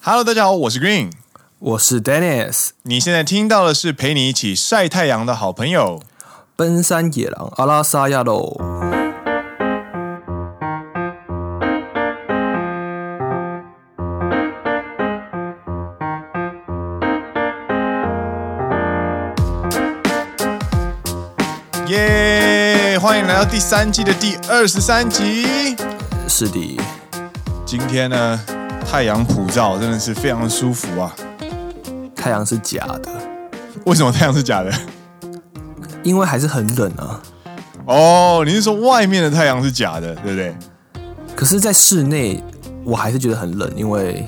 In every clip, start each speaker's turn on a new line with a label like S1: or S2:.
S1: Hello，大家好，我是 Green。
S2: 我是 Dennis，
S1: 你现在听到的是陪你一起晒太阳的好朋友。
S2: 奔山野狼阿拉萨亚喽。
S1: 耶、欢迎来到第三季的第二十三集。
S2: 是的，
S1: 今天呢，太阳普照，真的是非常的舒服啊。
S2: 太阳是假的，
S1: 为什么太阳是假的？
S2: 因为还是很冷啊。
S1: 哦，你是说外面的太阳是假的，对不对？
S2: 可是，在室内我还是觉得很冷，因为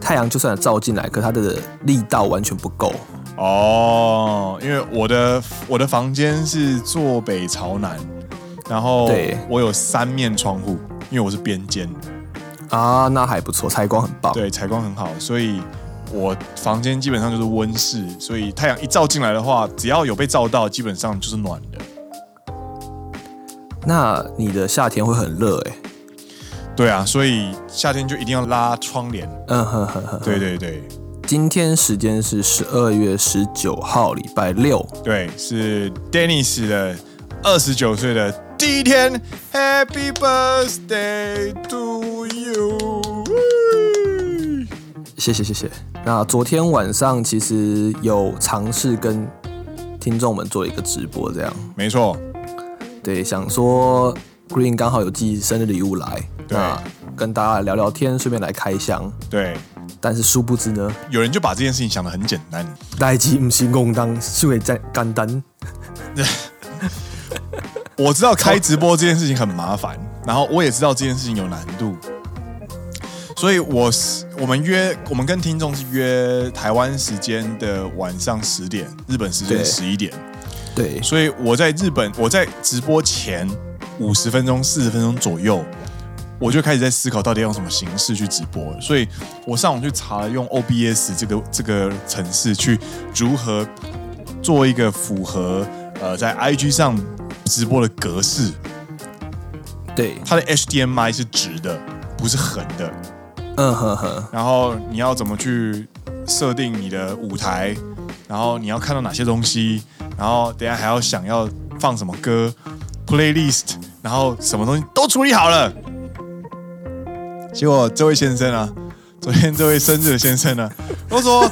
S2: 太阳就算照进来，可它的力道完全不够。
S1: 哦，因为我的我的房间是坐北朝南，然后
S2: 对
S1: 我有三面窗户，因为我是边间。
S2: 啊，那还不错，采光很棒。
S1: 对，采光很好，所以我房间基本上就是温室，所以太阳一照进来的话，只要有被照到，基本上就是暖的。
S2: 那你的夏天会很热哎、
S1: 对啊，所以夏天就一定要拉窗帘。
S2: 嗯哼哼哼。
S1: 对对对
S2: 今天时间是十二月十九号，礼拜六。
S1: 对，是 Dennis 的二十九岁的第一天，Happy Birthday to you！
S2: 谢谢谢谢。那昨天晚上其实有尝试跟听众们做一个直播，这样
S1: 没错，
S2: 对，想说 Green 刚好有寄生日礼物来，
S1: 对
S2: 那跟大家聊聊天，顺便来开箱。
S1: 对，
S2: 但是殊不知呢，
S1: 有人就把这件事情想得很简单，
S2: 代志唔是公当，是会在简单。
S1: 我知道开直播这件事情很麻烦，然后我也知道这件事情有难度，所以我是我们约我们跟听众是约台湾时间的晚上十点，日本时间
S2: 对
S1: 十一点，
S2: 对，
S1: 所以我在日本我在直播前五十分钟四十分钟左右。我就开始在思考到底要用什么形式去直播了，所以我上网去查了用 OBS 这个这个城市去如何做一个符合呃在 IG 上直播的格式，
S2: 对，
S1: 它的 HDMI 是直的，不是横的。
S2: 嗯哼哼，
S1: 然后你要怎么去设定你的舞台，然后你要看到哪些东西，然后等一下还要想要放什么歌，playlist，然后什么东西都处理好了。结果这位先生啊，昨天这位生日的先生呢、都说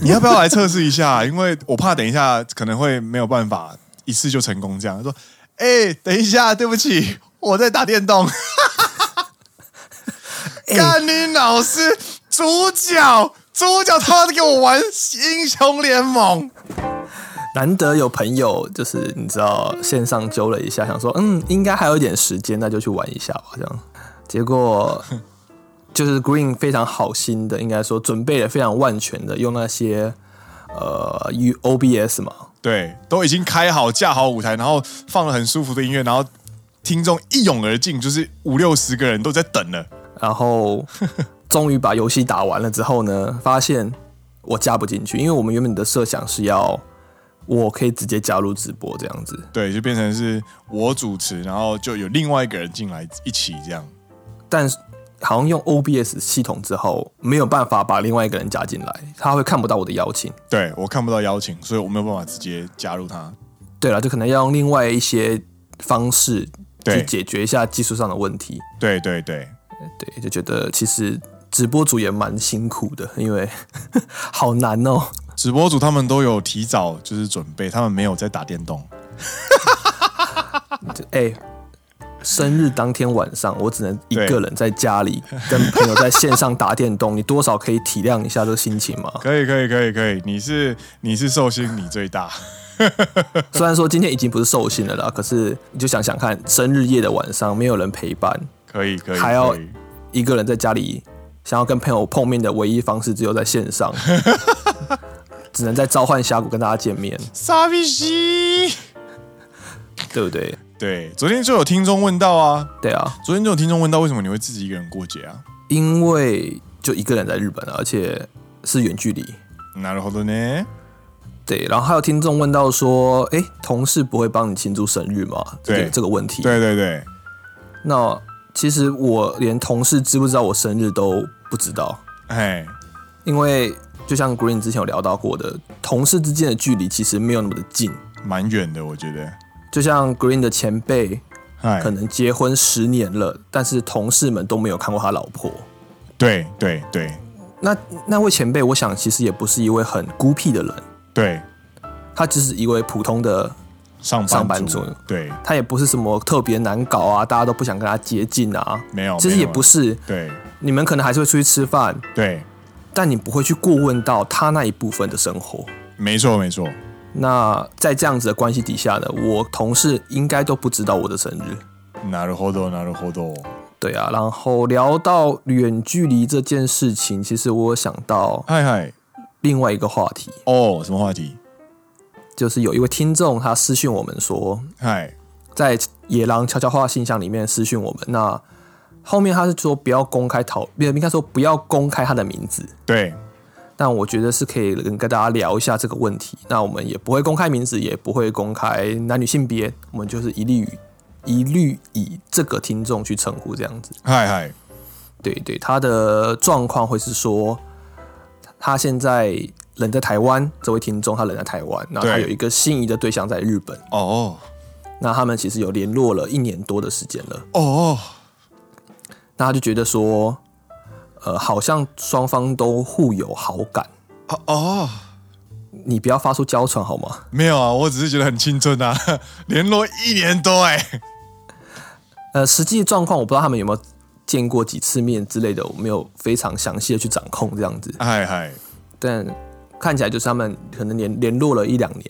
S1: 你要不要来测试一下？因为我怕等一下可能会没有办法一次就成功这样。他说：“哎、等一下，对不起，我在打电动。”干你老师，主角，主角他妈的给我玩英雄联盟，
S2: 难得有朋友就是你知道线上揪了一下，想说嗯应该还有一点时间，那就去玩一下吧这样。结果就是 Green 非常好心的，应该说准备的非常万全的，用那些呃 U OBS 嘛，
S1: 对，都已经开好架好舞台，然后放了很舒服的音乐，然后听众一涌而进，就是五六十个人都在等了。
S2: 然后终于把游戏打完了之后呢，发现我加不进去，因为我们原本的设想是要我可以直接加入直播这样子，
S1: 对，就变成是我主持，然后就有另外一个人进来一起这样。
S2: 但是好像用 OBS 系统之后，没有办法把另外一个人加进来，他会看不到我的邀请。
S1: 对我看不到邀请，所以我没有办法直接加入他。
S2: 对了，就可能要用另外一些方式
S1: 对
S2: 去解决一下技术上的问题。
S1: 对对对，
S2: 对，就觉得其实直播主也蛮辛苦的，因为 好难哦。
S1: 直播主他们都有提早就是准备，他们没有在打电动。
S2: 就哎、生日当天晚上，我只能一
S1: 对
S2: 个人在家里跟朋友在线上打电动，你多少可以体谅一下这个心情 嘛？
S1: 可以可以可以可以，你是你是寿星，你最大。
S2: 虽然说今天已经不是寿星了啦，可是你就想想看，生日夜的晚上没有人陪伴，
S1: 可以可以，
S2: 还要
S1: 可以
S2: 一个人在家里，想要跟朋友碰面的唯一方式只有在线 上，只能在召唤峡谷跟大家见面，
S1: 傻逼西。
S2: 对不对？
S1: 对，昨天就有听众问到啊，
S2: 对啊，
S1: 昨天就有听众问到为什么你会自己一个人过节啊？
S2: 因为就一个人在日本，啊而且是远距离。
S1: なるほどね。
S2: 对，然后还有听众问到说，哎，同事不会帮你庆祝生日吗？这
S1: 对
S2: 个这个问题。
S1: 对对对，
S2: 那其实我连同事知不知道我生日都不知道，
S1: 哎，
S2: 因为就像 Green 之前有聊到过的，同事之间的距离其实没有那么的近。
S1: 蛮远的，我觉得。
S2: 就像 Green 的前辈
S1: 哎
S2: 可，能结婚十年了，但是同事们都没有看过他老婆。
S1: 对对对
S2: 那那位前辈，我想其实也不是一位很孤僻的人，
S1: 对，
S2: 他只是一位普通的，
S1: 上班
S2: 上班
S1: 族
S2: 族
S1: 对，
S2: 他也不是什么特别难搞啊，大家都不想跟他接近啊。
S1: 没有，
S2: 其实
S1: 哦没
S2: 也
S1: 有
S2: 不，是，
S1: 对
S2: 你们可能还是会出去吃饭，
S1: 对，
S2: 但你不会去过问到他那一部分的生活。
S1: 没错没错，
S2: 那在这样子的关系底下呢，我同事应该都不知道我的生日。
S1: なるほどなるほど，
S2: 对啊，然后聊到远距离这件事情，其实我想到
S1: 嗨嗨，
S2: 另外一个话题，
S1: 哦，什么话题？
S2: 就是有一位听众他私讯我们说，
S1: 嗨，
S2: 在野狼悄悄话信箱里面私讯我们，那后面他是说不要公开讨，不应该说不要公开他的名字。
S1: 对，
S2: 但我觉得是可以跟跟大家聊一下这个问题。那我们也不会公开名字，也不会公开男女性别，我们就是一律一律以这个听众去称呼这样子。
S1: 嗨嗨，
S2: 对对，他的状况会是说，他现在人在台湾，这位听众他人在台湾，然后他
S1: 对
S2: 有一个心仪的对象在日本，
S1: 哦
S2: 那他们其实有联络了一年多的时间了，
S1: 哦哦，
S2: 那他就觉得说，呃，好像双方都互有好感，
S1: 哦哦，
S2: 你不要发出娇喘好吗？
S1: 没有啊，我只是觉得很青春啊， 联络一年多哎、
S2: 呃，实际状况我不知道他们有没有见过几次面之类的，我没有非常详细的去掌控这样子，
S1: 嗨嗨，
S2: 但看起来就是他们可能联联络了一两年，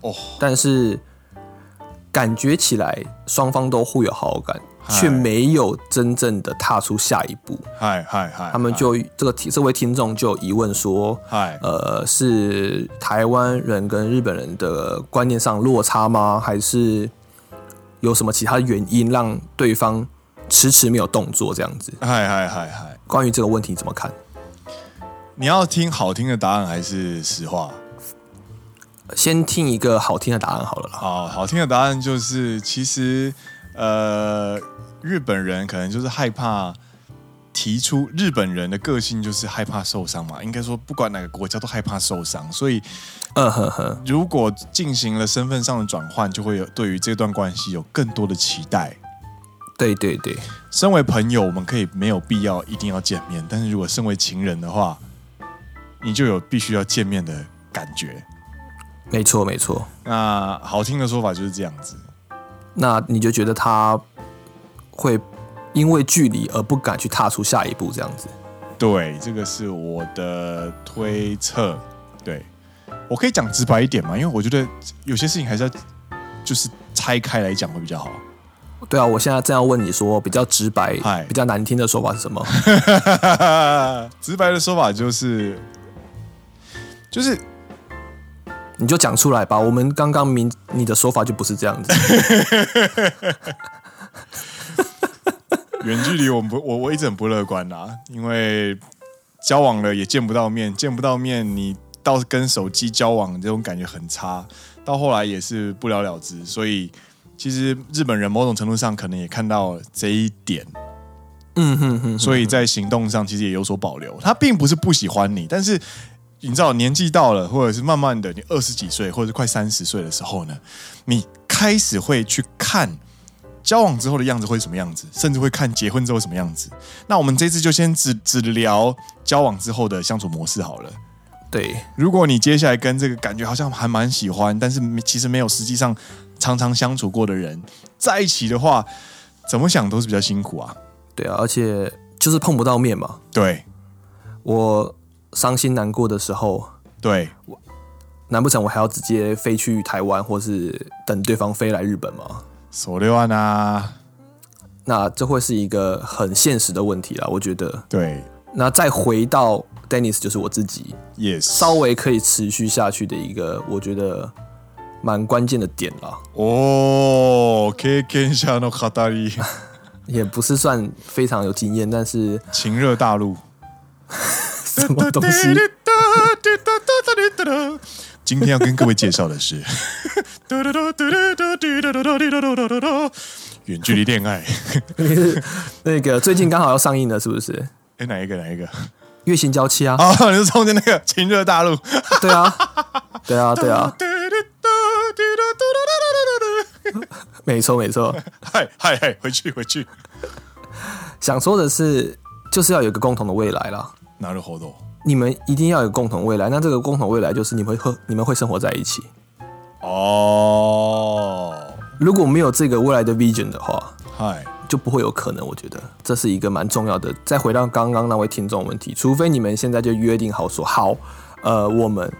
S1: 哦，
S2: 但是感觉起来双方都互有好感，
S1: 嗨
S2: 却没有真正的踏出下一步。
S1: 嗨嗨嗨，
S2: 他们就这个这位听众就疑问说，
S1: 嗨
S2: 呃，是台湾人跟日本人的观念上落差吗？还是有什么其他原因让对方迟迟没有动作这样子？
S1: 嗨嗨嗨嗨，
S2: 关于这个问题怎么看？
S1: 你要听好听的答案还是实话？
S2: 先听一个好听的答案好了啦。
S1: 好好听的答案就是，其实呃，日本人可能就是害怕提出日本人的个性就是害怕受伤嘛，应该说不管哪个国家都害怕受伤，所以
S2: 嗯哼哼，
S1: 如果进行了身份上的转换，就会有对于这段关系有更多的期待。
S2: 对对对，
S1: 身为朋友，我们可以没有必要一定要见面，但是如果身为情人的话，你就有必须要见面的感觉。
S2: 没错没错。
S1: 那好听的说法就是这样子，
S2: 那你就觉得他会因为距离而不敢去踏出下一步这样子？
S1: 对，这个是我的推测。对我可以讲直白一点嘛，因为我觉得有些事情还是要就是拆开来讲会比较好。
S2: 对啊，我现在正要问你说比较直白
S1: 嗨、
S2: 比较难听的说法是什么？
S1: 直白的说法就是，就是
S2: 你就讲出来吧。我们刚刚明你的说法就不是这样 子。
S1: 远距离我们不，我我一直很不乐观啦、因为交往了也见不到面，见不到面，你到跟手机交往这种感觉很差，到后来也是不了了之。所以其实日本人某种程度上可能也看到这一点，
S2: 嗯哼哼，
S1: 所以在行动上其实也有所保留。他并不是不喜欢你，但是你知道年纪到了，或者是慢慢的你二十几岁或者是快三十岁的时候呢，你开始会去看交往之后的样子会是什么样子，甚至会看结婚之后什么样子。那我们这次就先只只聊交往之后的相处模式好了。
S2: 对，
S1: 如果你接下来跟这个感觉好像还蛮喜欢，但是没其实没有实际上常常相处过的人在一起的话，怎么想都是比较辛苦啊。
S2: 对啊，而且就是碰不到面嘛。
S1: 对
S2: 我伤心难过的时候，
S1: 对，
S2: 难不成我还要直接飞去台湾，或是等对方飞来日本吗？
S1: 手榴弹啊，
S2: 那这会是一个很现实的问题啦，我觉得。
S1: 对，
S2: 那再回到 Dennis，就是我自己
S1: 也是
S2: 稍微可以持续下去的一个，我觉得蛮关键的点啦，
S1: 哦，経験者の語り，
S2: 也不是算非常有经验，但是
S1: 情热大陆，
S2: 什么东西？
S1: 今天要跟各位介绍的是 远距离恋爱。
S2: 那个最近刚好要上映了，是不是？
S1: 哎，哪一个？哪一个？
S2: 月薪娇妻啊，
S1: 哦，你是中间那个情热大陆，
S2: 对啊，对啊，对啊，没错没错。
S1: 嗨嗨嗨，回去回去，
S2: 想说的是，就是要有一个共同的未来啦。
S1: 拿着活动，
S2: 你们一定要有共同未来，那这个共同未来就是你们会你们会生活在一起。
S1: 哦，
S2: 如果没有这个未来的 vision 的话，
S1: 嗨，
S2: 就不会有可能。我觉得这是一个蛮重要的。再回到刚刚那位听众问题，除非你们现在就约定好说好，呃，我们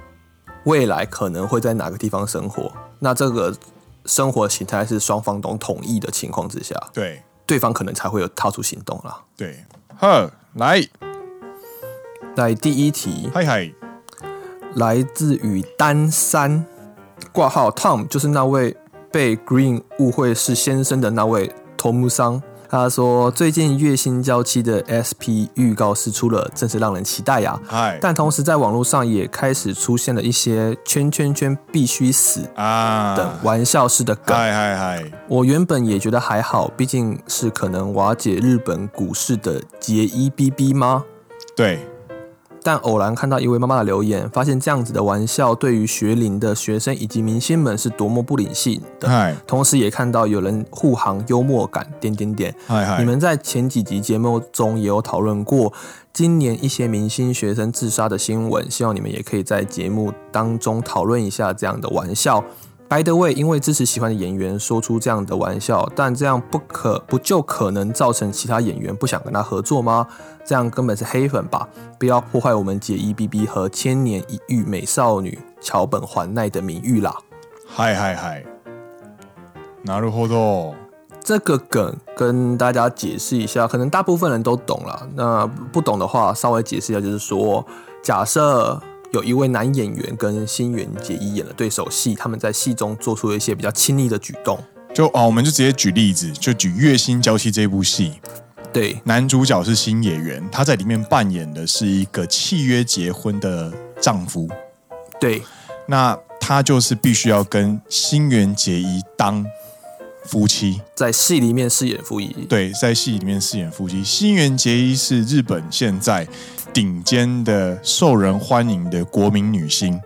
S2: 未来可能会在哪个地方生活，那这个生活形态是双方都同意的情况之下，
S1: 对
S2: 对方可能才会有踏出行动啦。
S1: 对，呵，来，
S2: 来，第一题
S1: 嗨嗨，
S2: 来自于丹山挂号 Tom，就是那位被 Green 误会是先生的那位头目桑。他说，最近月薪娇妻的 SP 预告释出了，真是让人期待呀、啊
S1: 嗨
S2: 但同时，在网络上也开始出现了一些“圈圈圈必须死
S1: 啊”，哎
S2: 等玩笑式的梗。
S1: 嗨嗨嗨，
S2: 我原本也觉得还好，毕竟是可能瓦解日本股市的杰伊 B B 吗？
S1: 对，
S2: 但偶然看到一位妈妈的留言，发现这样子的玩笑对于学龄的学生以及明星们是多么不理性的。
S1: 嗨
S2: 同时，也看到有人护航幽默感，点点点。
S1: 嗨嗨，
S2: 你们在前几集节目中也有讨论过今年一些明星学生自杀的新闻，希望你们也可以在节目当中讨论一下这样的玩笑。By the way，因为支持喜欢的演员说出这样的玩笑，但这样不可不就可能造成其他演员不想跟他合作吗？这样根本是黑粉吧！不要破坏我们姐 E B B 和千年一遇美少女桥本环奈的名誉啦！
S1: 嗨嗨嗨，拿着活动，
S2: 这个梗跟大家解释一下，可能大部分人都懂了。那不懂的话，稍微解释一下，就是说，假设有一位男演员跟新垣结衣演的对手戏，他们在戏中做出了一些比较亲昵的举动。
S1: 就哦，我们就直接举例子，就举《月薪娇妻》这部戏，
S2: 对
S1: 男主角是新演员，他在里面扮演的是一个契约结婚的丈夫，
S2: 对
S1: 那他就是必须要跟新垣结衣当夫妻。
S2: 在戏里面饰演傅仪，
S1: 对，在戏里面饰演夫妻。新垣结衣是日本现在顶尖的、受人欢迎的国民女星，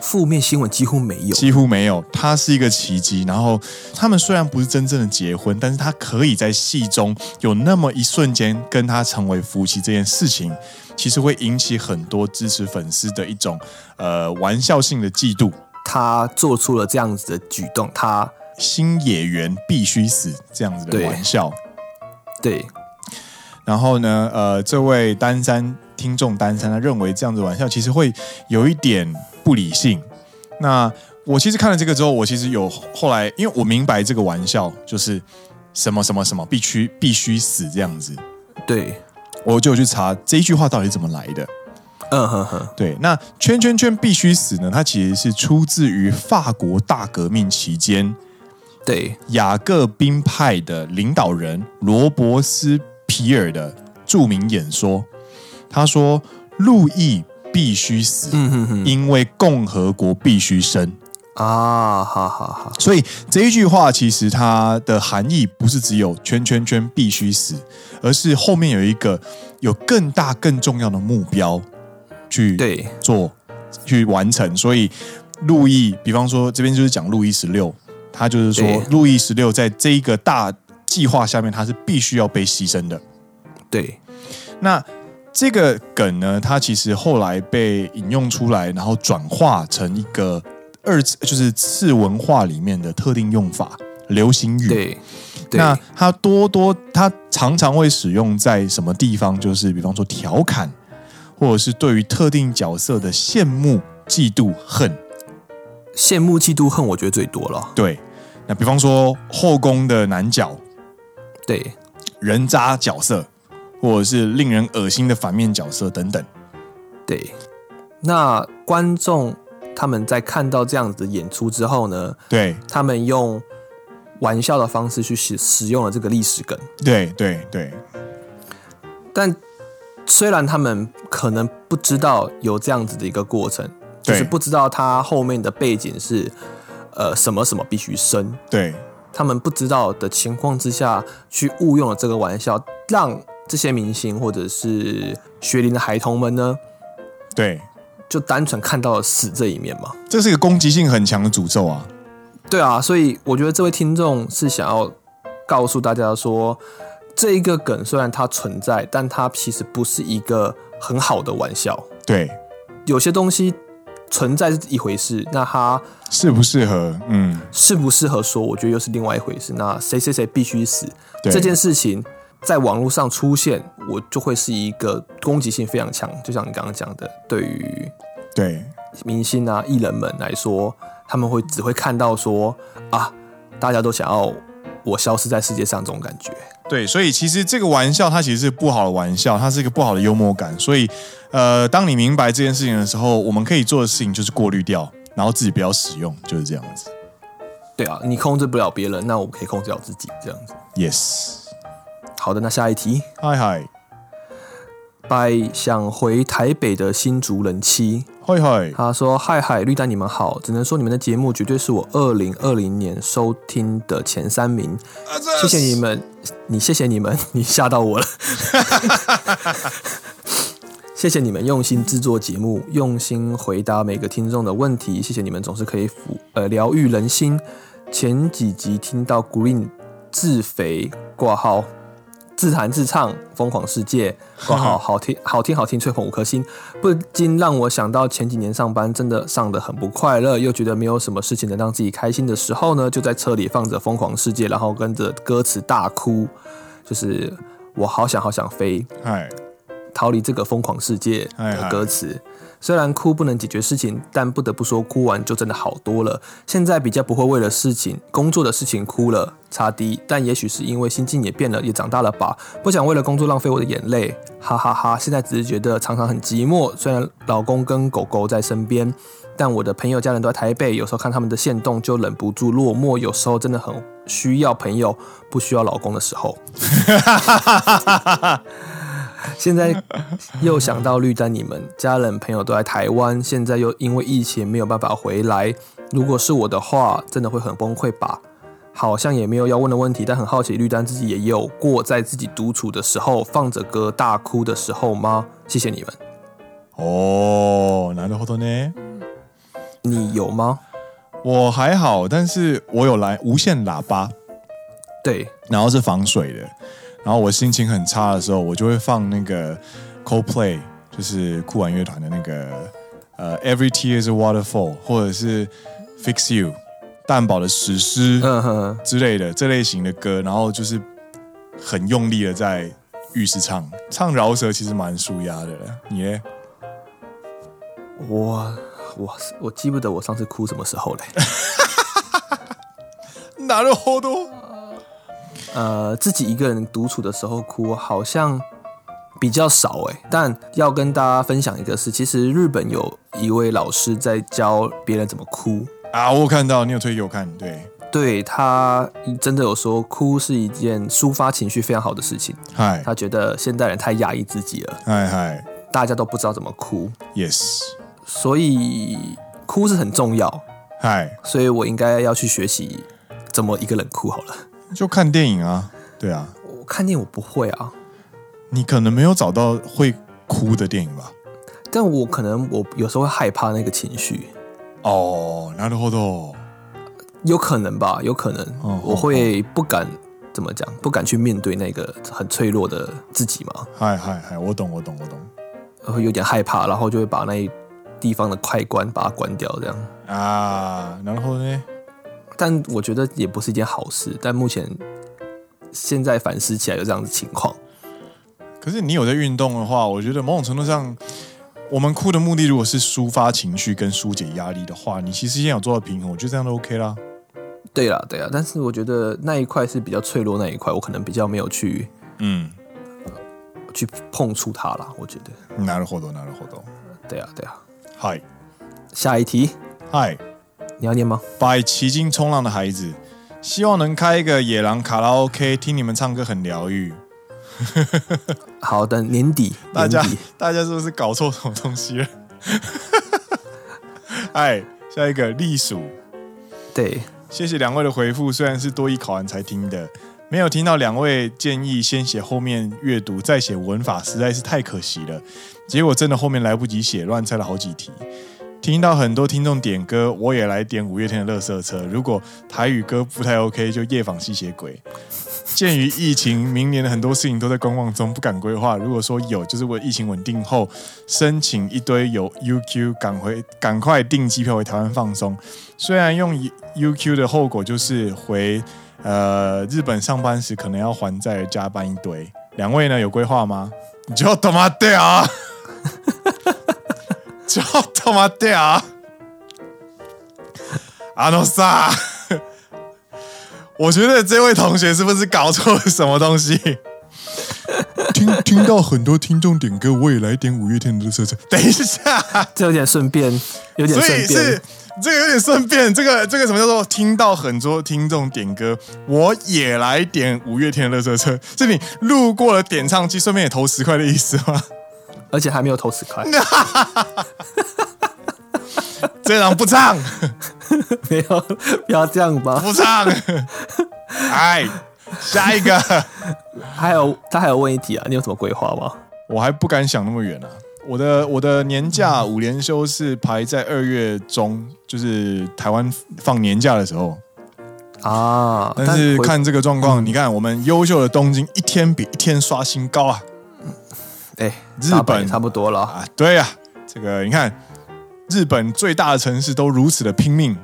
S2: 负面新闻几乎没有。
S1: 几乎没有。她是一个奇迹。然后他们虽然不是真正的结婚，但是她可以在戏中有那么一瞬间跟他成为夫妻这件事情，其实会引起很多支持粉丝的一种呃玩笑性的嫉妒。
S2: 他做出了这样子的举动，他
S1: 新演员必须死这样子的
S2: 对
S1: 玩笑。
S2: 对
S1: 然后呢，呃，这位单山听众单山他认为这样子玩笑其实会有一点不理性。那我其实看了这个之后，我其实有后来，因为我明白这个玩笑就是什么什么什么必须必须死这样子，
S2: 对，
S1: 我就有去查这一句话到底是怎么来的。
S2: 嗯哼哼，
S1: 对，那圈圈圈必须死呢，它其实是出自于法国大革命期间
S2: 对
S1: 雅各宾派的领导人罗伯斯皮尔的著名演说，他说：“路易必须死，因为共和国必须生。
S2: 啊，哈哈哈”，
S1: 所以这一句话其实它的含义不是只有“圈圈圈必须死”，而是后面有一个有更大更重要的目标去
S2: 对
S1: 做去完成。所以路易，比方说这边就是讲路易十六，他就是说
S2: 对
S1: 路易十六在这一个大计划下面，他是必须要被牺牲的。
S2: 对
S1: 那这个梗呢，它其实后来被引用出来，然后转化成一个二次就是次文化里面的特定用法，流行语。
S2: 对对，
S1: 那它多多，它常常会使用在什么地方？就是比方说调侃，或者是对于特定角色的羡慕、嫉妒、恨。
S2: 羡慕、嫉妒、恨，我觉得最多了。
S1: 对，那比方说后宫的男角、
S2: 对
S1: 人渣角色，或者是令人恶心的反面角色等等。
S2: 对，那观众他们在看到这样子的演出之后呢，
S1: 对，
S2: 他们用玩笑的方式去使使用了这个历史梗，
S1: 对，对，对，
S2: 但虽然他们可能不知道有这样子的一个过程，就是
S1: 对
S2: 不知道它后面的背景是呃什么什么必须生，
S1: 对，
S2: 他们不知道的情况之下去误用了这个玩笑，让这些明星或者是学龄的孩童们呢，
S1: 对，
S2: 就单纯看到了死这一面嘛。
S1: 这是一个攻击性很强的诅咒啊！
S2: 对啊，所以我觉得这位听众是想要告诉大家说，这一个梗虽然它存在，但它其实不是一个很好的玩笑。
S1: 对，
S2: 有些东西存在是一回事，那它
S1: 适不适合？嗯，
S2: 适不适合说，我觉得又是另外一回事。那谁谁谁必须死
S1: 对
S2: 这件事情，在网络上出现，我就会是一个攻击性非常强，就像你刚刚讲的，对于
S1: 对
S2: 明星啊、艺人们来说，他们会只会看到说啊，大家都想要我消失在世界上这种感觉。
S1: 对，所以其实这个玩笑它其实是不好的玩笑，它是一个不好的幽默感。所以，呃，当你明白这件事情的时候，我们可以做的事情就是过滤掉，然后自己不要使用，就是这样子。
S2: 对啊，你控制不了别人，那我可以控制了自己，这样子。
S1: Yes，
S2: 好的，那下一题，
S1: 嗨嗨
S2: 拜想回台北的新竹人妻，
S1: 嗨嗨，
S2: 他说：“嗨嗨，绿蛋，你们好！只能说你们的节目绝对是我二零二零年收听的前三名，谢谢你们，你谢谢你们， 你吓到我了。谢谢你们用心制作节目，用心回答每个听众的问题，谢谢你们总是可以抚呃疗愈人心。前几集听到 Green 自肥挂号。”自弹自唱，疯狂世界，挂号好听，好听，好听，吹捧五颗星，不禁让我想到前几年上班真的上得很不快乐，又觉得没有什么事情能让自己开心的时候呢，就在车里放着《疯狂世界》，然后跟着歌词大哭，就是我好想好想飞，
S1: 嗨
S2: 逃离这个疯狂世界
S1: 哎嗨
S2: 的歌词。虽然哭不能解决事情，但不得不说，哭完就真的好多了。现在比较不会为了事情、工作的事情哭了，差低。但也许是因为心境也变了，也长大了吧。不想为了工作浪费我的眼泪，哈哈哈现在只是觉得常常很寂寞。虽然老公跟狗狗在身边，但我的朋友家人都在台北，有时候看他们的线动就忍不住落寞。有时候真的很需要朋友，不需要老公的时候。现在又想到绿灯，你们家人朋友都在台湾，现在又因为疫情没有办法回来。如果是我的话，真的会很崩溃吧？好像也没有要问的问题，但很好奇绿灯自己也有过在自己独处的时候放着歌大哭的时候吗？谢谢你们，
S1: 哦，なるほどね。
S2: 你有吗？
S1: 我还好，但是我有来无线喇叭，
S2: 对，
S1: 然后是防水的。然后我心情很差的时候，我就会放那个 Coldplay，就是酷玩乐团的那个呃 Every Tear Is a Waterfall，或者是 Fix You，蛋堡的史诗
S2: 嗯哼，
S1: 之类的这类型的歌，然后就是很用力的在浴室唱，唱饶舌其实蛮舒压的了。你呢？
S2: 我我我记不得我上次哭什么时候嘞？
S1: 哪有好多？
S2: 呃，自己一个人独处的时候哭好像比较少哎，但要跟大家分享一个是，其实日本有一位老师在教别人怎么哭，
S1: 啊，我有看到你有推给我看，对，
S2: 对他真的有说哭是一件抒发情绪非常好的事情。
S1: 嗨
S2: 他觉得现代人太压抑自己了，
S1: 嗨嗨
S2: 大家都不知道怎么哭，
S1: ，yes，
S2: 所以嗯哭是很重要，
S1: 嗨，
S2: 所以我应该要去学习怎么一个人哭好了。
S1: 就看电影啊，对啊，
S2: 我看见我不会啊，
S1: 你可能没有找到会哭的电影吧？
S2: 但我可能我有时候会害怕那个情绪，
S1: 哦，なるほど，
S2: 有可能吧，有可能，
S1: 哦
S2: 我会不敢怎么讲，不敢去面对那个很脆弱的自己嘛，
S1: 嗨嗨嗨，我懂我懂我懂
S2: 会有点害怕，然后就会把那一地方的快关把它关掉，这样。
S1: 啊，なるほどね，
S2: 但我觉得也不是一件好事，但目前现在反思起来有这样的情况，
S1: 可是你有在运动的话，我觉得某种程度上，我们哭的目的如果是抒发情绪跟疏解压力的话，你其实现在有做到平衡，我觉得这样都 OK 啦。
S2: 对啦，对啦，但是我觉得那一块是比较脆弱那一块，我可能比较没有去
S1: 嗯，
S2: 去碰触它啦，我觉得，
S1: なるほどなるほど，
S2: 对啊，对啊。
S1: 嗨
S2: 下一题，
S1: 嗨。
S2: 你要念吗？
S1: 拜奇经冲浪的孩子，希望能开一个野狼卡拉 OK，听你们唱歌很疗愈。
S2: 好的，年底，
S1: 大
S2: 年
S1: 家
S2: 底，
S1: 大家是不是搞错什么东西了？ 哎，下一个栗鼠，
S2: 对，
S1: 谢谢两位的回复，虽然是多一考完才听的，没有听到两位建议先写后面阅读再写文法，实在是太可惜了。结果真的后面来不及写，乱猜了好几题。听到很多听众点歌，我也来点五月天的《乐色车》。如果台语歌不太 OK，就夜访吸血鬼。 鉴于疫情，明年的很多事情都在观望中，不敢规划。如果说有，就是为疫情稳定后申请一堆有 UQ，赶回赶快订机票回台湾放松。虽然用 UQ 的后果就是回呃日本上班时可能要还债加班一堆。两位呢有规划吗？ 你就他妈对 啊！ちょっと待ってや。あのさ， 我觉得这位同学是不是搞错了什么东西？听听到很多听众点歌，我也来点五月天的车车。等一下，
S2: 这有点顺便，有点
S1: 所
S2: 顺
S1: 以
S2: 便
S1: 是。这个有点顺便，这个这个什么叫做听到很多听众点歌，我也来点五月天的热车车，是你路过了点唱机，顺便也投十块的意思吗？
S2: 而且还没有投十块，
S1: 这人不唱。
S2: 没有，不要这样吧。
S1: 不唱。 哎，下一个，
S2: 还有他还有问一题啊，你有什么规划吗？
S1: 我还不敢想那么远啊。我的我的年假五连休是排在二月中，就是台湾放年假的时候。
S2: 啊，
S1: 但是
S2: 回
S1: 看这个状况，你看我们优秀的东京一天比一天刷新高啊
S2: 哎，
S1: 日
S2: 大阪也
S1: 本
S2: 差不多了，
S1: 啊！对啊，这个你看，日本最大的城市都如此的拼命，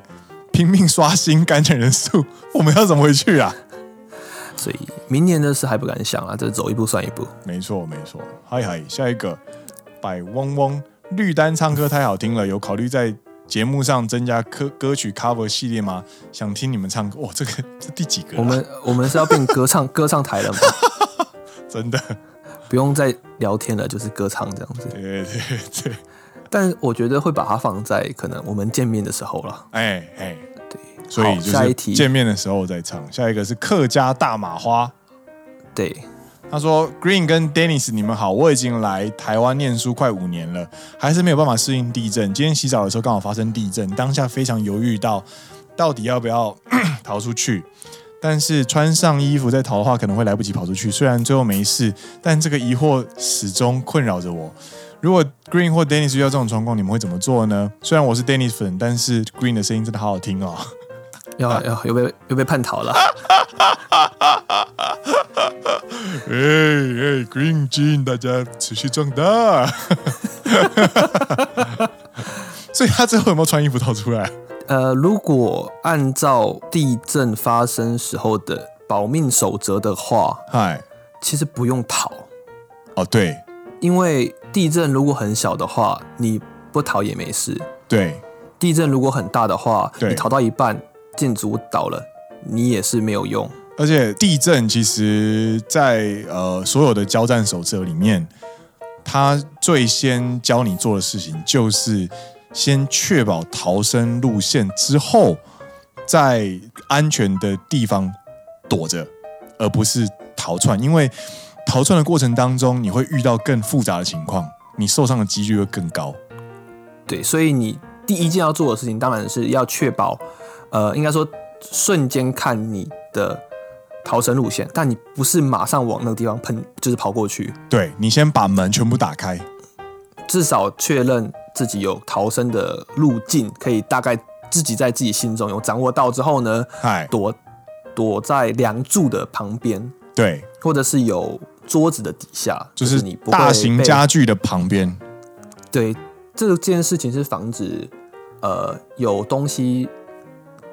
S1: 拼命刷新感染人数，我们要怎么回去啊？
S2: 所以明年的事还不敢想啊，这走一步算一步。
S1: 没错，没错。嗨嗨，下一个，百嗡嗡绿丹唱歌太好听了，有考虑在节目上增加歌歌曲 cover 系列吗？想听你们唱歌。哇，这个这第几个啊了？
S2: 我们我们是要变歌唱 歌唱台了吗？
S1: 真的，
S2: 不用再聊天了，就是歌唱这样子。
S1: 对对对对，
S2: 但我觉得会把它放在可能我们见面的时候了。
S1: 哎哎，
S2: 对，
S1: 所以
S2: 好
S1: 就
S2: 下一
S1: 是
S2: 题
S1: 见面的时候再唱。下一个是客家大马花。
S2: 对，
S1: 他说：“Green 跟 Dennis，你们好，我已经来台湾念书快五年了，还是没有办法适应地震。今天洗澡的时候刚好发生地震，当下非常犹豫到 到底要不要 逃出去。但是穿上衣服再逃的话，可能会来不及跑出去。虽然最后没事，但这个疑惑始终困扰着我。如果 Green 或 Dennis 遇到这种状况，你们会怎么做呢？虽然我是 Dennis 粉，但是 Green 的声音真的好好听哦。
S2: 要
S1: 啊
S2: 要又被又被叛逃了。
S1: 哎哎，Green Jean，大家持续壮大。 所以他最后有没有穿衣服逃出来？
S2: 呃，如果按照地震发生时候的保命守则的话，
S1: 嗨，
S2: 其实不用逃，
S1: 哦对
S2: 因为地震如果很小的话，你不逃也没事；
S1: 对，
S2: 地震如果很大的话，
S1: 对
S2: 你逃到一半，建筑倒了，你也是没有用。
S1: 而且地震其实在呃所有的交战手册里面，他最先教你做的事情就是先确保逃生路线之后，在安全的地方躲着，而不是逃窜，因为逃窜的过程当中，你会遇到更复杂的情况，你受伤的几率会更高。
S2: 对，所以你第一件要做的事情，当然是要确保，呃，应该说瞬间看你的逃生路线，但你不是马上往那个地方喷，就是跑过去，
S1: 对你先把门全部打开，
S2: 至少确认自己有逃生的路径，可以大概自己在自己心中有掌握到之后呢，
S1: 嗨，
S2: 躲躲在梁柱的旁边，
S1: 对，
S2: 或者是有桌子的底下，
S1: 就
S2: 就是你不会
S1: 大型
S2: 被
S1: 家具的旁边，
S2: 对，这件事情是防止呃有东西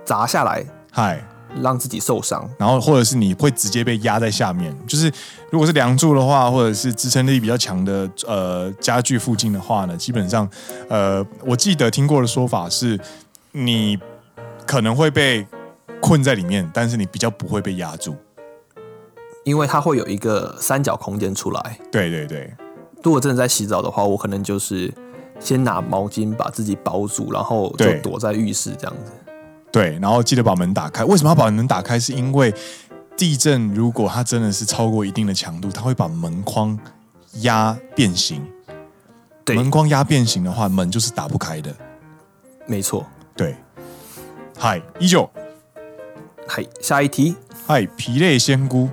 S2: 砸下来
S1: 嗨。
S2: 让自己受伤。
S1: 然后或者是你会直接被压在下面。就是如果是梁柱的话，或者是支撑力比较强的呃家具附近的话呢，基本上呃，我记得听过的说法是，你可能会被困在里面，但是你比较不会被压住。
S2: 因为它会有一个三角空间出来。
S1: 对对对，
S2: 如果真的在洗澡的话，我可能就是先拿毛巾把自己包住，然后就
S1: 对
S2: 躲在浴室这样子。
S1: 对，然后记得把门打开。为什么要把门打开？是因为地震如果它真的是超过一定的强度，它会把门框压变形。
S2: 对
S1: 门框压变形的话，门就是打不开的。
S2: 没错。
S1: 对，嗨，依旧
S2: 嗨，下一题，
S1: 嗨，疲累仙姑。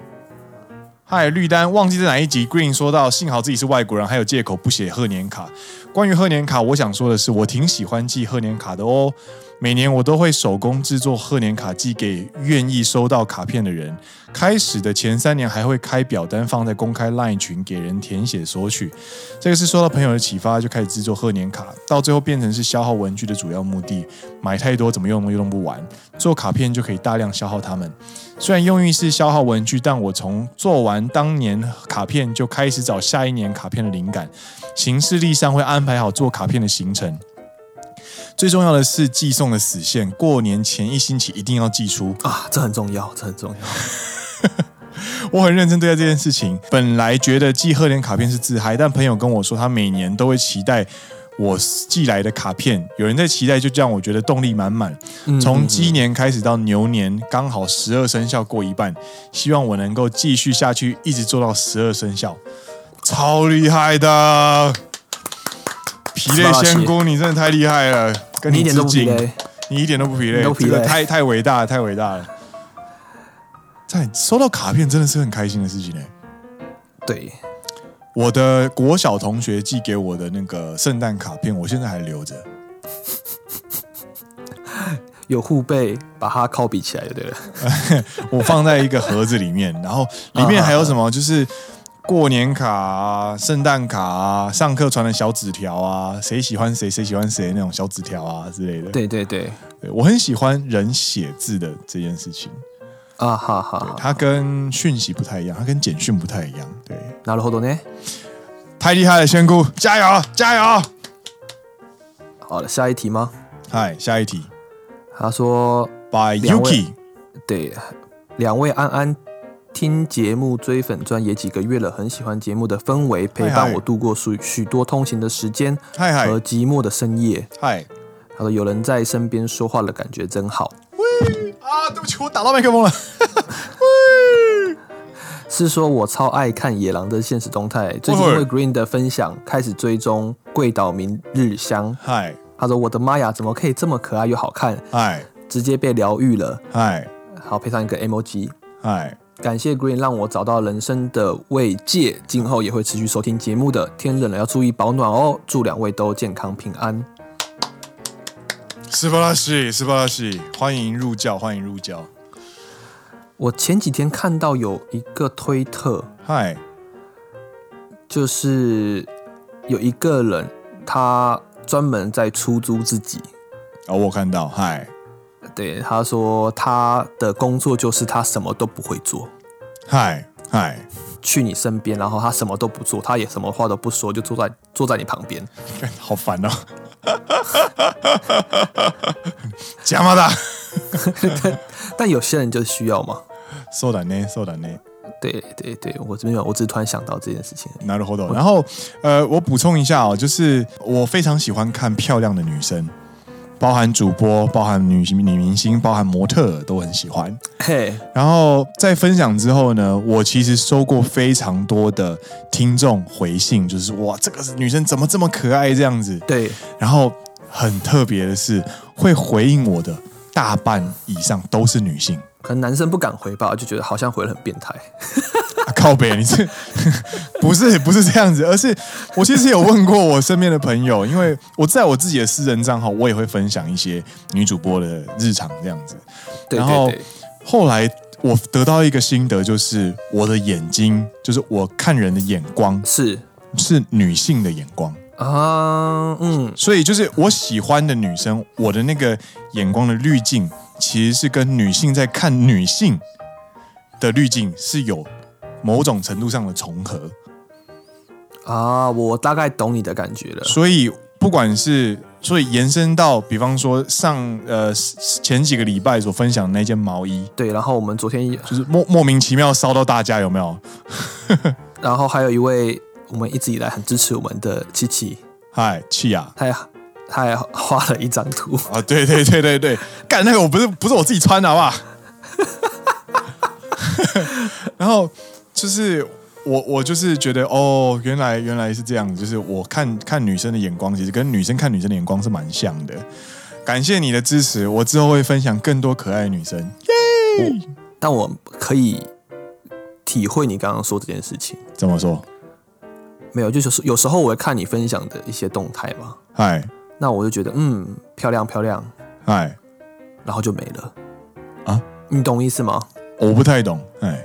S1: 嗨，绿丹，忘记在哪一集 Green 说到，幸好自己是外国人，还有借口不写贺年卡。关于贺年卡，我想说的是，我挺喜欢寄贺年卡的哦。每年我都会手工制作贺年卡，寄给愿意收到卡片的人。开始的前三年还会开表单放在公开 LINE 群给人填写索取。这个是受到朋友的启发，就开始制作贺年卡，到最后变成是消耗文具的主要目的。买太多怎么用都用不完，做卡片就可以大量消耗它们。虽然用意是消耗文具，但我从做完当年卡片就开始找下一年卡片的灵感，行事历上会安排好做卡片的行程。最重要的是寄送的死线，过年前一星期一定要寄出。
S2: 啊，这很重要，这很重要。
S1: 我很认真对待这件事情。本来觉得寄贺年卡片是自嗨，但朋友跟我说，他每年都会期待我寄来的卡片。有人在期待，就让我觉得动力满满。
S2: 嗯
S1: 从鸡年开始到牛年，刚好十二生肖过一半，希望我能够继续下去，一直做到十二生肖，超厉害的！疲累仙姑，你真的太厉害了，跟
S2: 你一点
S1: 致
S2: 都不疲
S1: 敬。
S2: 累，
S1: 你一点都不疲累，
S2: 你都疲
S1: 这个
S2: 累
S1: 太太伟大了，太伟大了。在收到卡片真的是很开心的事情呢、欸
S2: 对，
S1: 我的国小同学寄给我的那个圣诞卡片，我现在还留着。
S2: 有护背把它靠比起来就对了。
S1: 我放在一个盒子里面，然后里面还有 什么？
S2: 啊
S1: 就是过年卡、啊、圣诞卡、啊、上课传的小纸条啊，谁喜欢谁，谁喜欢谁那种小纸条啊之类的。
S2: 对对对，
S1: 对，我很喜欢人写字的这件事情，
S2: 啊哈哈哈，
S1: 它跟讯息不太一样，它跟简讯不太一样。对，
S2: なるほどね。
S1: 太厉害了，仙姑，加油，加油！
S2: 好了，下一题吗？
S1: 嗨，下一题
S2: 他说，
S1: ，By
S2: 两位
S1: Yuki，
S2: 对，两位安安听节目追粉专也几个月了，很喜欢节目的氛围，陪
S1: 嗨
S2: 伴
S1: 嗨
S2: 我度过许许多通行的时间
S1: 嗨嗨
S2: 和寂寞的深夜。
S1: 嗨，
S2: 他说，有人在身边说话的感觉真好。
S1: 啊，对不起，我打到麦克风了。
S2: 是说我超爱看野狼的现实动态，最近因为 Green 的分享开始追踪贵岛明日香。
S1: 嗨
S2: 他说：“我的妈呀，怎么可以这么可爱又好看？
S1: 嗨
S2: 直接被疗愈了。
S1: 嗨”
S2: 好，配上一个 emoji。
S1: 嗨，
S2: 感谢 Green 让我找到人生的慰藉，今后也会持续收听节目的。天冷了要注意保暖哦，祝两位都健康平安。
S1: 斯巴拉西，斯巴拉西，欢迎入教，欢迎入教。
S2: 我前几天看到有一个推特，
S1: 嗨
S2: 就是有一个人他专门在出租自己，
S1: 哦，我有看到，嗨
S2: 对，他说他的工作就是他什么都不会做，
S1: 嗨嗨，
S2: 去你身边，然后他什么都不做，他也什么话都不说，就坐在坐在你旁边。
S1: 干好烦哦。 加马达，
S2: 但有些人就是需要嘛。
S1: そうだね、そうだね。
S2: 对对对，我这边有，我只是突然想到这件事情而已。
S1: なるほど。然后，呃，我补充一下哦，就是我非常喜欢看漂亮的女生，包含主播、包含女女明星、包含模特儿都很喜欢。
S2: 嘿，
S1: 然后在分享之后呢，我其实收过非常多的听众回信，就是哇，这个女生怎么这么可爱这样子。
S2: 对，
S1: 然后很特别的是，会回应我的大半以上都是女性。
S2: 可能男生不敢回吧，就觉得好像回了很变态。
S1: 啊、靠北，你是不是不是这样子？而是我其实有问过我身边的朋友，因为我在我自己的私人账号，我也会分享一些女主播的日常这样子。
S2: 对
S1: 然后
S2: 对对，
S1: 后来我得到一个心得，就是我的眼睛，就是我看人的眼光
S2: 是
S1: 是女性的眼光，
S2: 啊，嗯，
S1: 所以就是我喜欢的女生，我的那个眼光的滤镜其实是跟女性在看女性的滤镜是有某种程度上的重合，
S2: 啊，我大概懂你的感觉了。
S1: 所以不管是。所以延伸到，比方说上呃前几个礼拜所分享的那件毛衣，
S2: 对，然后我们昨天，
S1: 就是莫莫名其妙烧到大家有没有？
S2: 然后还有一位我们一直以来很支持我们的七七，
S1: 嗨，气呀！
S2: 他也他也画了一张图，
S1: 啊，对对对对 对，干那个我不是不是我自己穿的好不 好？然后就是我我就是觉得哦，原来原来是这样，就是我看看女生的眼光，其实跟女生看女生的眼光是蛮像的。感谢你的支持，我之后会分享更多可爱的女生。
S2: 但我可以体会你刚刚说这件事情。
S1: 怎么说？
S2: 没有，就是有时候我会看你分享的一些动态嘛，
S1: 嗨
S2: 那我就觉得嗯漂亮漂亮，
S1: 嗨，
S2: 然后就没了
S1: 啊？
S2: 你懂意思吗？
S1: 我不太懂，哎，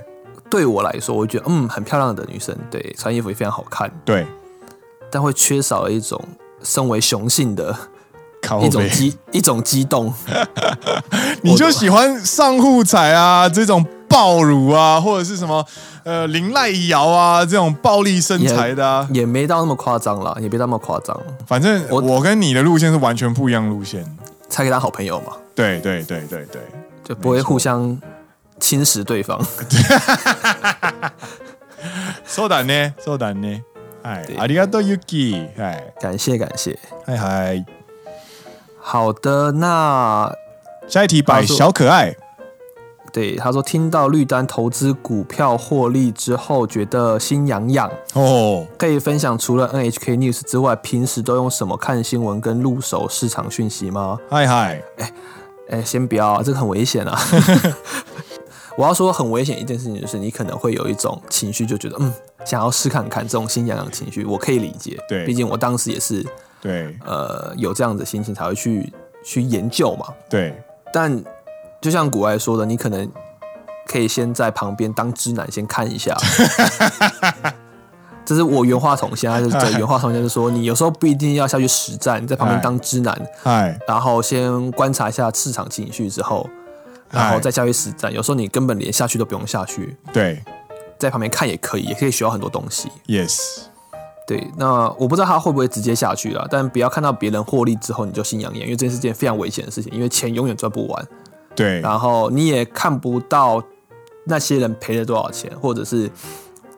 S2: 对我来说，我觉得嗯很漂亮的女生，对，穿衣服也非常好看，
S1: 对，
S2: 但会缺少了一种身为雄性的
S1: 靠
S2: 一种
S1: 背，
S2: 激一种激动。
S1: 你就喜欢上户彩啊这种暴乳啊，或者是什么呃林濑瑶啊这种暴力身材的啊，
S2: 也没到那么夸张啦，也别到那么夸张，
S1: 反正
S2: 我
S1: 我跟你的路线是完全不一样路线。
S2: 才可以当好朋友嘛，
S1: 对对对对对，
S2: 就不会
S1: 没错
S2: 互相侵蚀对方。
S1: そうだね、そうだね。嗨，
S2: 对
S1: ありがとう哎 Yuki。嗨，
S2: 感谢感谢。
S1: 嗨嗨，
S2: 好的，那
S1: 下一题摆
S2: 告诉
S1: 小可爱。
S2: 对他说，听到绿单投资股票获利之后，觉得心痒痒，
S1: 哦，
S2: 可以分享除了 NHK News 之外，平时都用什么看新闻跟入手市场讯息吗？
S1: 嗨嗨，
S2: 哎，先不要、啊，这个很危险啊。 我要说很危险一件事情就是，你可能会有一种情绪，就觉得嗯，想要试看看这种心痒痒的情绪，我可以理解。
S1: 对
S2: 毕竟我当时也是
S1: 对
S2: 呃有这样的心情才会去去研究嘛。
S1: 对
S2: 但就像古爱说的，你可能可以先在旁边当知男先看 一下。这是我原话重现，他就这原话重现就说，你有时候不一定要下去实战，你在旁边
S1: 哎
S2: 当知男，
S1: 嗨
S2: 然后先观察一下市场情绪之后，
S1: 哎
S2: 然后再下去实战。有时候你根本连下去都不用下去，
S1: 对
S2: 在旁边看也可以，也可以学到很多东西。
S1: ，yes，
S2: 对，那我不知道他会不会直接下去了，但不要看到别人获利之后你就心痒痒，因为这是件非常危险的事情，因为钱永远赚不完，
S1: 对
S2: 然后你也看不到那些人赔了多少钱，或者是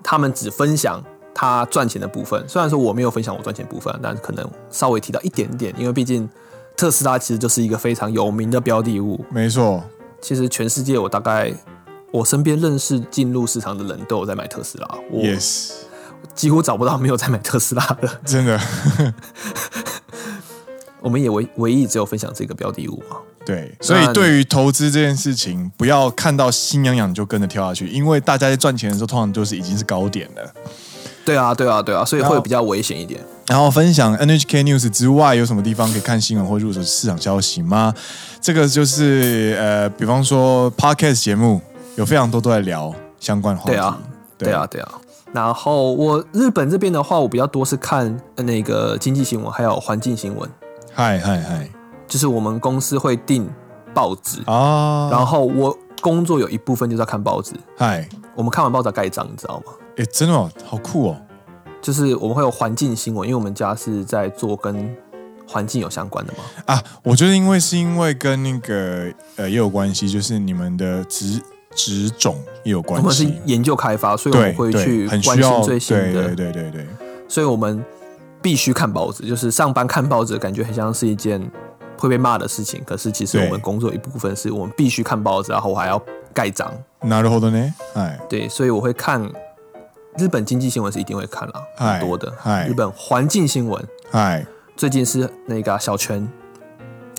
S2: 他们只分享。他赚钱的部分，虽然说我没有分享我赚钱部分，但可能稍微提到一点点，因为毕竟特斯拉其实就是一个非常有名的标的物，
S1: 没错，
S2: 其实全世界我大概我身边认识进入市场的人都有在买特斯拉，我
S1: yes，
S2: 几乎找不到没有在买特斯拉的。
S1: 真的，
S2: 我们也唯唯一只有分享这个标的物嘛。
S1: 对，所以对于投资这件事情，不要看到心痒痒就跟着跳下去，因为大家在赚钱的时候，通常就是已经是高点了。
S2: 对啊，对啊，对啊，所以
S1: 然
S2: 会
S1: 后
S2: 比较危险一点。
S1: 然后分享 NHK News 之外，有什么地方可以看新闻或入手市场消息吗？这个就是呃，比方说 podcast 节目有非常多都在聊相关话题。
S2: 对啊，对啊，，对啊。然后我日本这边的话，我比较多是看呃那个经济新闻，还有环境新闻，
S1: 嗨嗨嗨
S2: 就是我们公司会订报纸，
S1: 啊，
S2: 然后我工作有一部分就是要看报纸。
S1: 嗨，
S2: 我们看完报纸要盖章，你知道吗？
S1: 诶，真的哦，好酷哦，
S2: 就是我们会有环境新闻，因为我们家是在做跟环境有相关的嘛。
S1: 啊，我觉得因为是因为跟那个呃也有关系，就是你们的职职种也有
S2: 我
S1: 关
S2: 们是
S1: 系，
S2: 研究开发，所以我
S1: 对
S2: 们会去
S1: 对，很
S2: 关
S1: 需要
S2: 心，最
S1: 对
S2: 新
S1: 对
S2: 的，
S1: 对对对，
S2: 所以我们必须看报纸。就是上班看报纸，感觉很像是一件会被骂的事情，可是其实
S1: 对
S2: 我们工作一部分是我们必须看报纸，然后我还要盖章。
S1: なるほどね，哎
S2: 对，所以我会看日本经济新闻是一定会看了，
S1: 嗨
S2: 很多的
S1: 嗨。
S2: 日本环境新闻
S1: 嗨，
S2: 最近是那个啊小泉，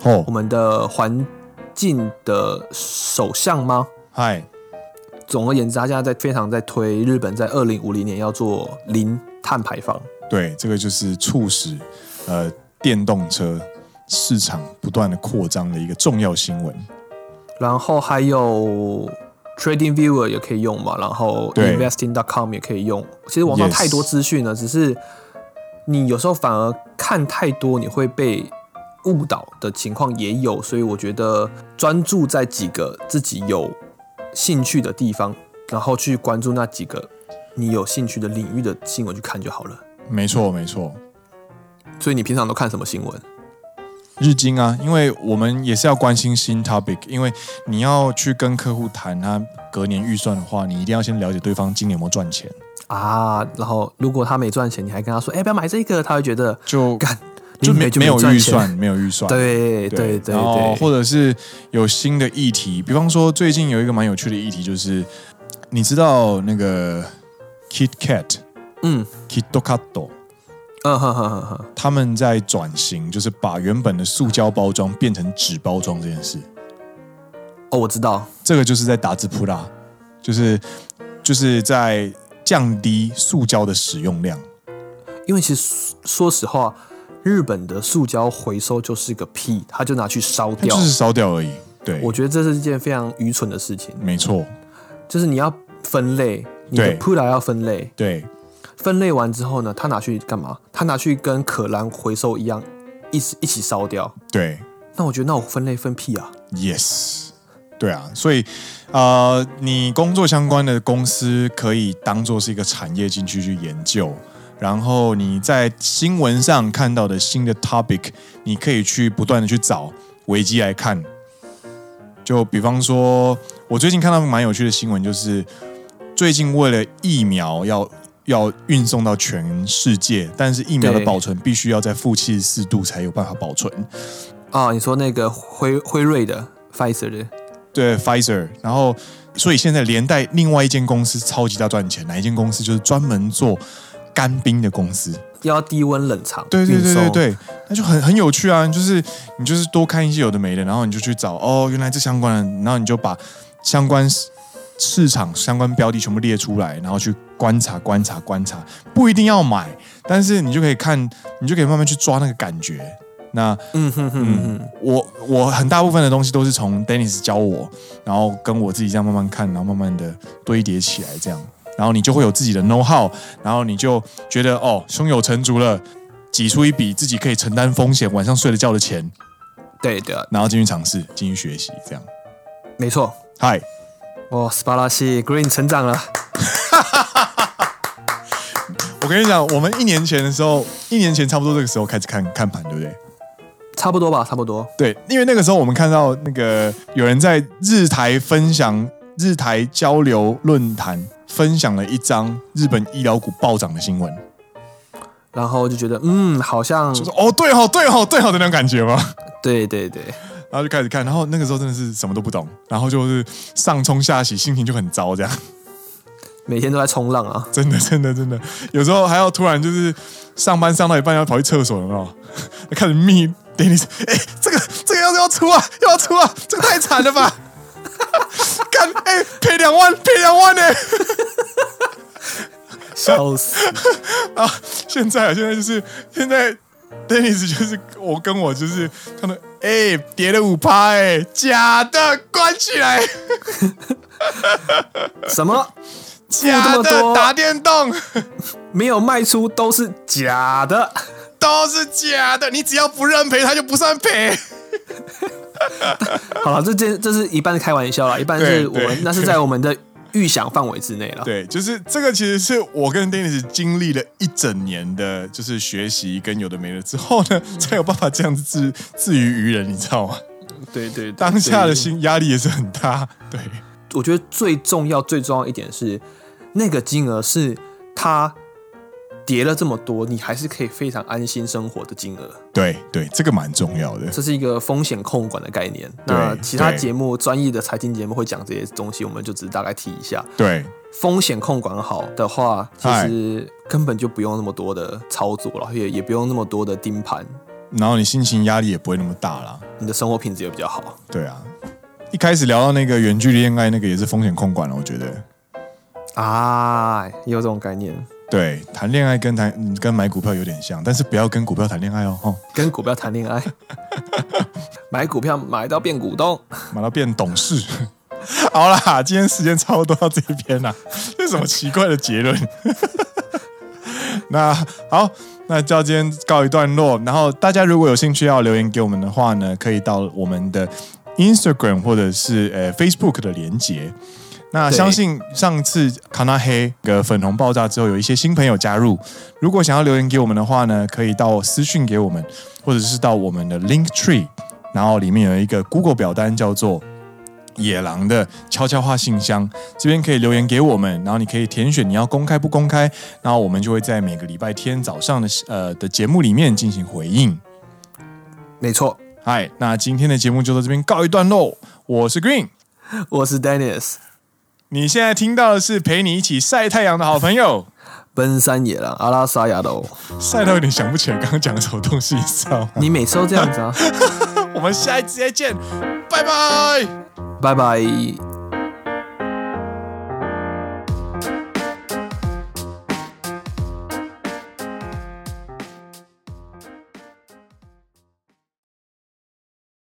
S2: 我
S1: 哦，
S2: 们的环境的首相吗？
S1: 嗨，
S2: 总而言之，他现在在非常在推日本在二零五零年要做零碳排放。
S1: 对，这个就是促使呃电动车市场不断的扩张的一个重要新闻。
S2: 然后还有 Trading Viewer 也可以用嘛，然后
S1: 对
S2: Investing.com 也可以用。其实网上
S1: Yes
S2: 太多资讯了，只是你有时候反而看太多，你会被误导的情况也有。所以我觉得专注在几个自己有兴趣的地方，然后去关注那几个你有兴趣的领域的新闻去看就好了。
S1: 没错，没错，
S2: 所以你平常都看什么新闻？
S1: 日经啊，因为我们也是要关心新 topic，因为你要去跟客户谈他隔年预算的话，你一定要先了解对方今年有没有赚钱，
S2: 啊，然后如果他没赚钱，你还跟他说，哎、不要买这个，他会觉得
S1: 就
S2: 干，
S1: 就
S2: 你
S1: 没
S2: 就
S1: 没有
S2: 赚
S1: 预
S2: 钱。
S1: 算，没有预算，
S2: 对对对
S1: 然后
S2: 对，
S1: 或者是有新的议题，比方说最近有一个蛮有趣的议题，就是你知道那个 Kit Kat
S2: 嗯
S1: Kit Kat
S2: 嗯哼哼哼哼，
S1: 他们在转型，就是把原本的塑胶包装变成纸包装这件事。
S2: 哦，我知道，
S1: 这个就是在打字扑啦，就是就是在降低塑胶的使用量。
S2: 因为其实说实话，日本的塑胶回收就是个屁，他就拿去烧
S1: 它
S2: 掉。
S1: 就是烧掉而已。对，
S2: 我觉得这是一件非常愚蠢的事情，
S1: 没错，
S2: 就是你要分类，你的
S1: 对
S2: Pura 要分类，
S1: 对，
S2: 分类完之后呢，他拿去干嘛？他拿去跟可燃回收一样，一起一起烧掉。
S1: 对
S2: 那我觉得，那我分类分屁啊！
S1: ，yes，对啊，所以呃，你工作相关的公司可以当做是一个产业进去去研究，然后你在新闻上看到的新的 topic，你可以去不断的去找维基来看。就比方说，我最近看到蛮有趣的新闻，就是最近为了疫苗要要运送到全世界，但是疫苗的
S2: 对
S1: 保存必须要在负七十四度才有办法保存。
S2: 啊，你说那个辉辉瑞的 Pfizer 的，
S1: 对 Pfizer，然后所以现在连带另外一间公司超级大赚钱，哪一间公司就是专门做干冰的公司。
S2: 要低温冷藏
S1: 对对
S2: 运
S1: 对
S2: 送
S1: 对对，那就很很有趣啊！就是你就是多看一些有的没的，然后你就去找哦，原来这相关的，然后你就把相关市市场相关标的全部列出来，然后去观察观察观察，不一定要买，但是你就可以看，你就可以慢慢去抓那个感觉。那
S2: 嗯哼哼哼哼，
S1: 我我很大部分的东西都是从 Dennis 教我，然后跟我自己这样慢慢看，然后慢慢的堆叠起来这样，然后你就会有自己的 know how，然后你就觉得哦，胸有成竹了，挤出一笔自己可以承担风险、晚上睡得觉的钱，
S2: 对的，
S1: 然后进去尝试、进去学习这样。
S2: 没错。
S1: 嗨，
S2: 哇，斯巴拉西哦 Green 成长了，
S1: 我跟你讲，我们一年前的时候，一年前差不多这个时候开始看看盘，对不对？
S2: 差不多吧，差不多。
S1: 对，因为那个时候我们看到那个有人在日台分享、日台交流论坛分享了一张日本医疗股暴涨的新闻，
S2: 然后就觉得，嗯，好像
S1: 就说哦，对哦，对哦，对哦的那种感觉嘛。
S2: 对对对，
S1: 然后就开始看，然后那个时候真的是什么都不懂，然后就是上冲下洗，心情就很糟，这样
S2: 每天都在冲浪啊，
S1: 真的真的真的，有时候还要突然就是上班上到一半要跑去厕所，有没有？ 开始密 Dennis，哎、这个这个要要出啊，要出啊，这个太惨了吧！ 干哎、赔两万，赔两万呢、
S2: 笑死。
S1: 啊，现在啊，现在就是现在，Dennis 就是我跟我就是他们，哎、跌了五趴，哎、假的，关起来，
S2: 什么
S1: 假
S2: 这么
S1: 的，
S2: 多
S1: 打电动
S2: 没有卖出都是假的，
S1: 都是假的，你只要不认赔，他就不算赔。
S2: 好了，这这这是一半是开玩笑啦，一半
S1: 对
S2: 是我
S1: 对
S2: 们那是在我们的预想范围之内 了。
S1: 对，就是这个，其实是我跟 Dennis 经历了一整年的，就是学习跟有的没的之后呢，才有办法这样子自自娱于人，你知道吗？
S2: 对对，
S1: 当下的
S2: 所
S1: 心压力也是很大，对。
S2: 以我觉得最重要最重要一点是，那个金额是它跌了这么多，你还是可以非常安心生活的金额，
S1: 对对，这个蛮重要的。
S2: 这是一个风险控管的概念。那
S1: 对
S2: 其他
S1: 对
S2: 节目专业的财经节目会讲这些东西，我们就只是大概提一下。
S1: 对，
S2: 风险控管好的话，其
S1: 嗨
S2: 实根本就不用那么多的操作了，也也不用那么多的盯盘，
S1: 然后你心情压力也不会那么大啦。
S2: 你的生活品质也比较好。
S1: 对啊，一开始聊到那个远距离恋爱，那个也是风险控管了，我觉得。
S2: 啊，也有这种概念，
S1: 对，谈恋爱跟谈嗯跟买股票有点像，但是不要跟股票谈恋爱哦，吼，
S2: 跟股票谈恋爱， 买股票买到变股东，
S1: 马上变董事。 好啦，今天时间差不多到这边啦， 这是什么奇怪的结论？ 那好，那就要今天告一段落。然后大家如果有兴趣要留言给我们的话呢，可以到我们的 Instagram 或者是呃 Facebook 的连接。那
S2: 对
S1: 相信上次卡纳黑的粉红爆炸之后，有一些新朋友加入。如果想要留言给我们的话呢，可以到私讯给我们，或者是到我们的 Link Tree，然后里面有一个 Google 表单叫做野狼的悄悄话信箱，这边可以留言给我们，然后你可以填选你要公开不公开，然后我们就会在每个礼拜天早上的呃的节目里面进行回应。
S2: 没错，
S1: 嗨，那今天的节目就到这边告一段落，我是 Green，
S2: 我是 Dennis，
S1: 你现在听到的是陪你一起晒太阳的好朋友，
S2: 奔山野狼阿拉萨亚的哦，
S1: 晒到有点想不起来刚刚讲的什么东西，你知道吗？
S2: 你每次都这样子啊，
S1: 我们下一次再见，拜拜。
S2: 拜拜。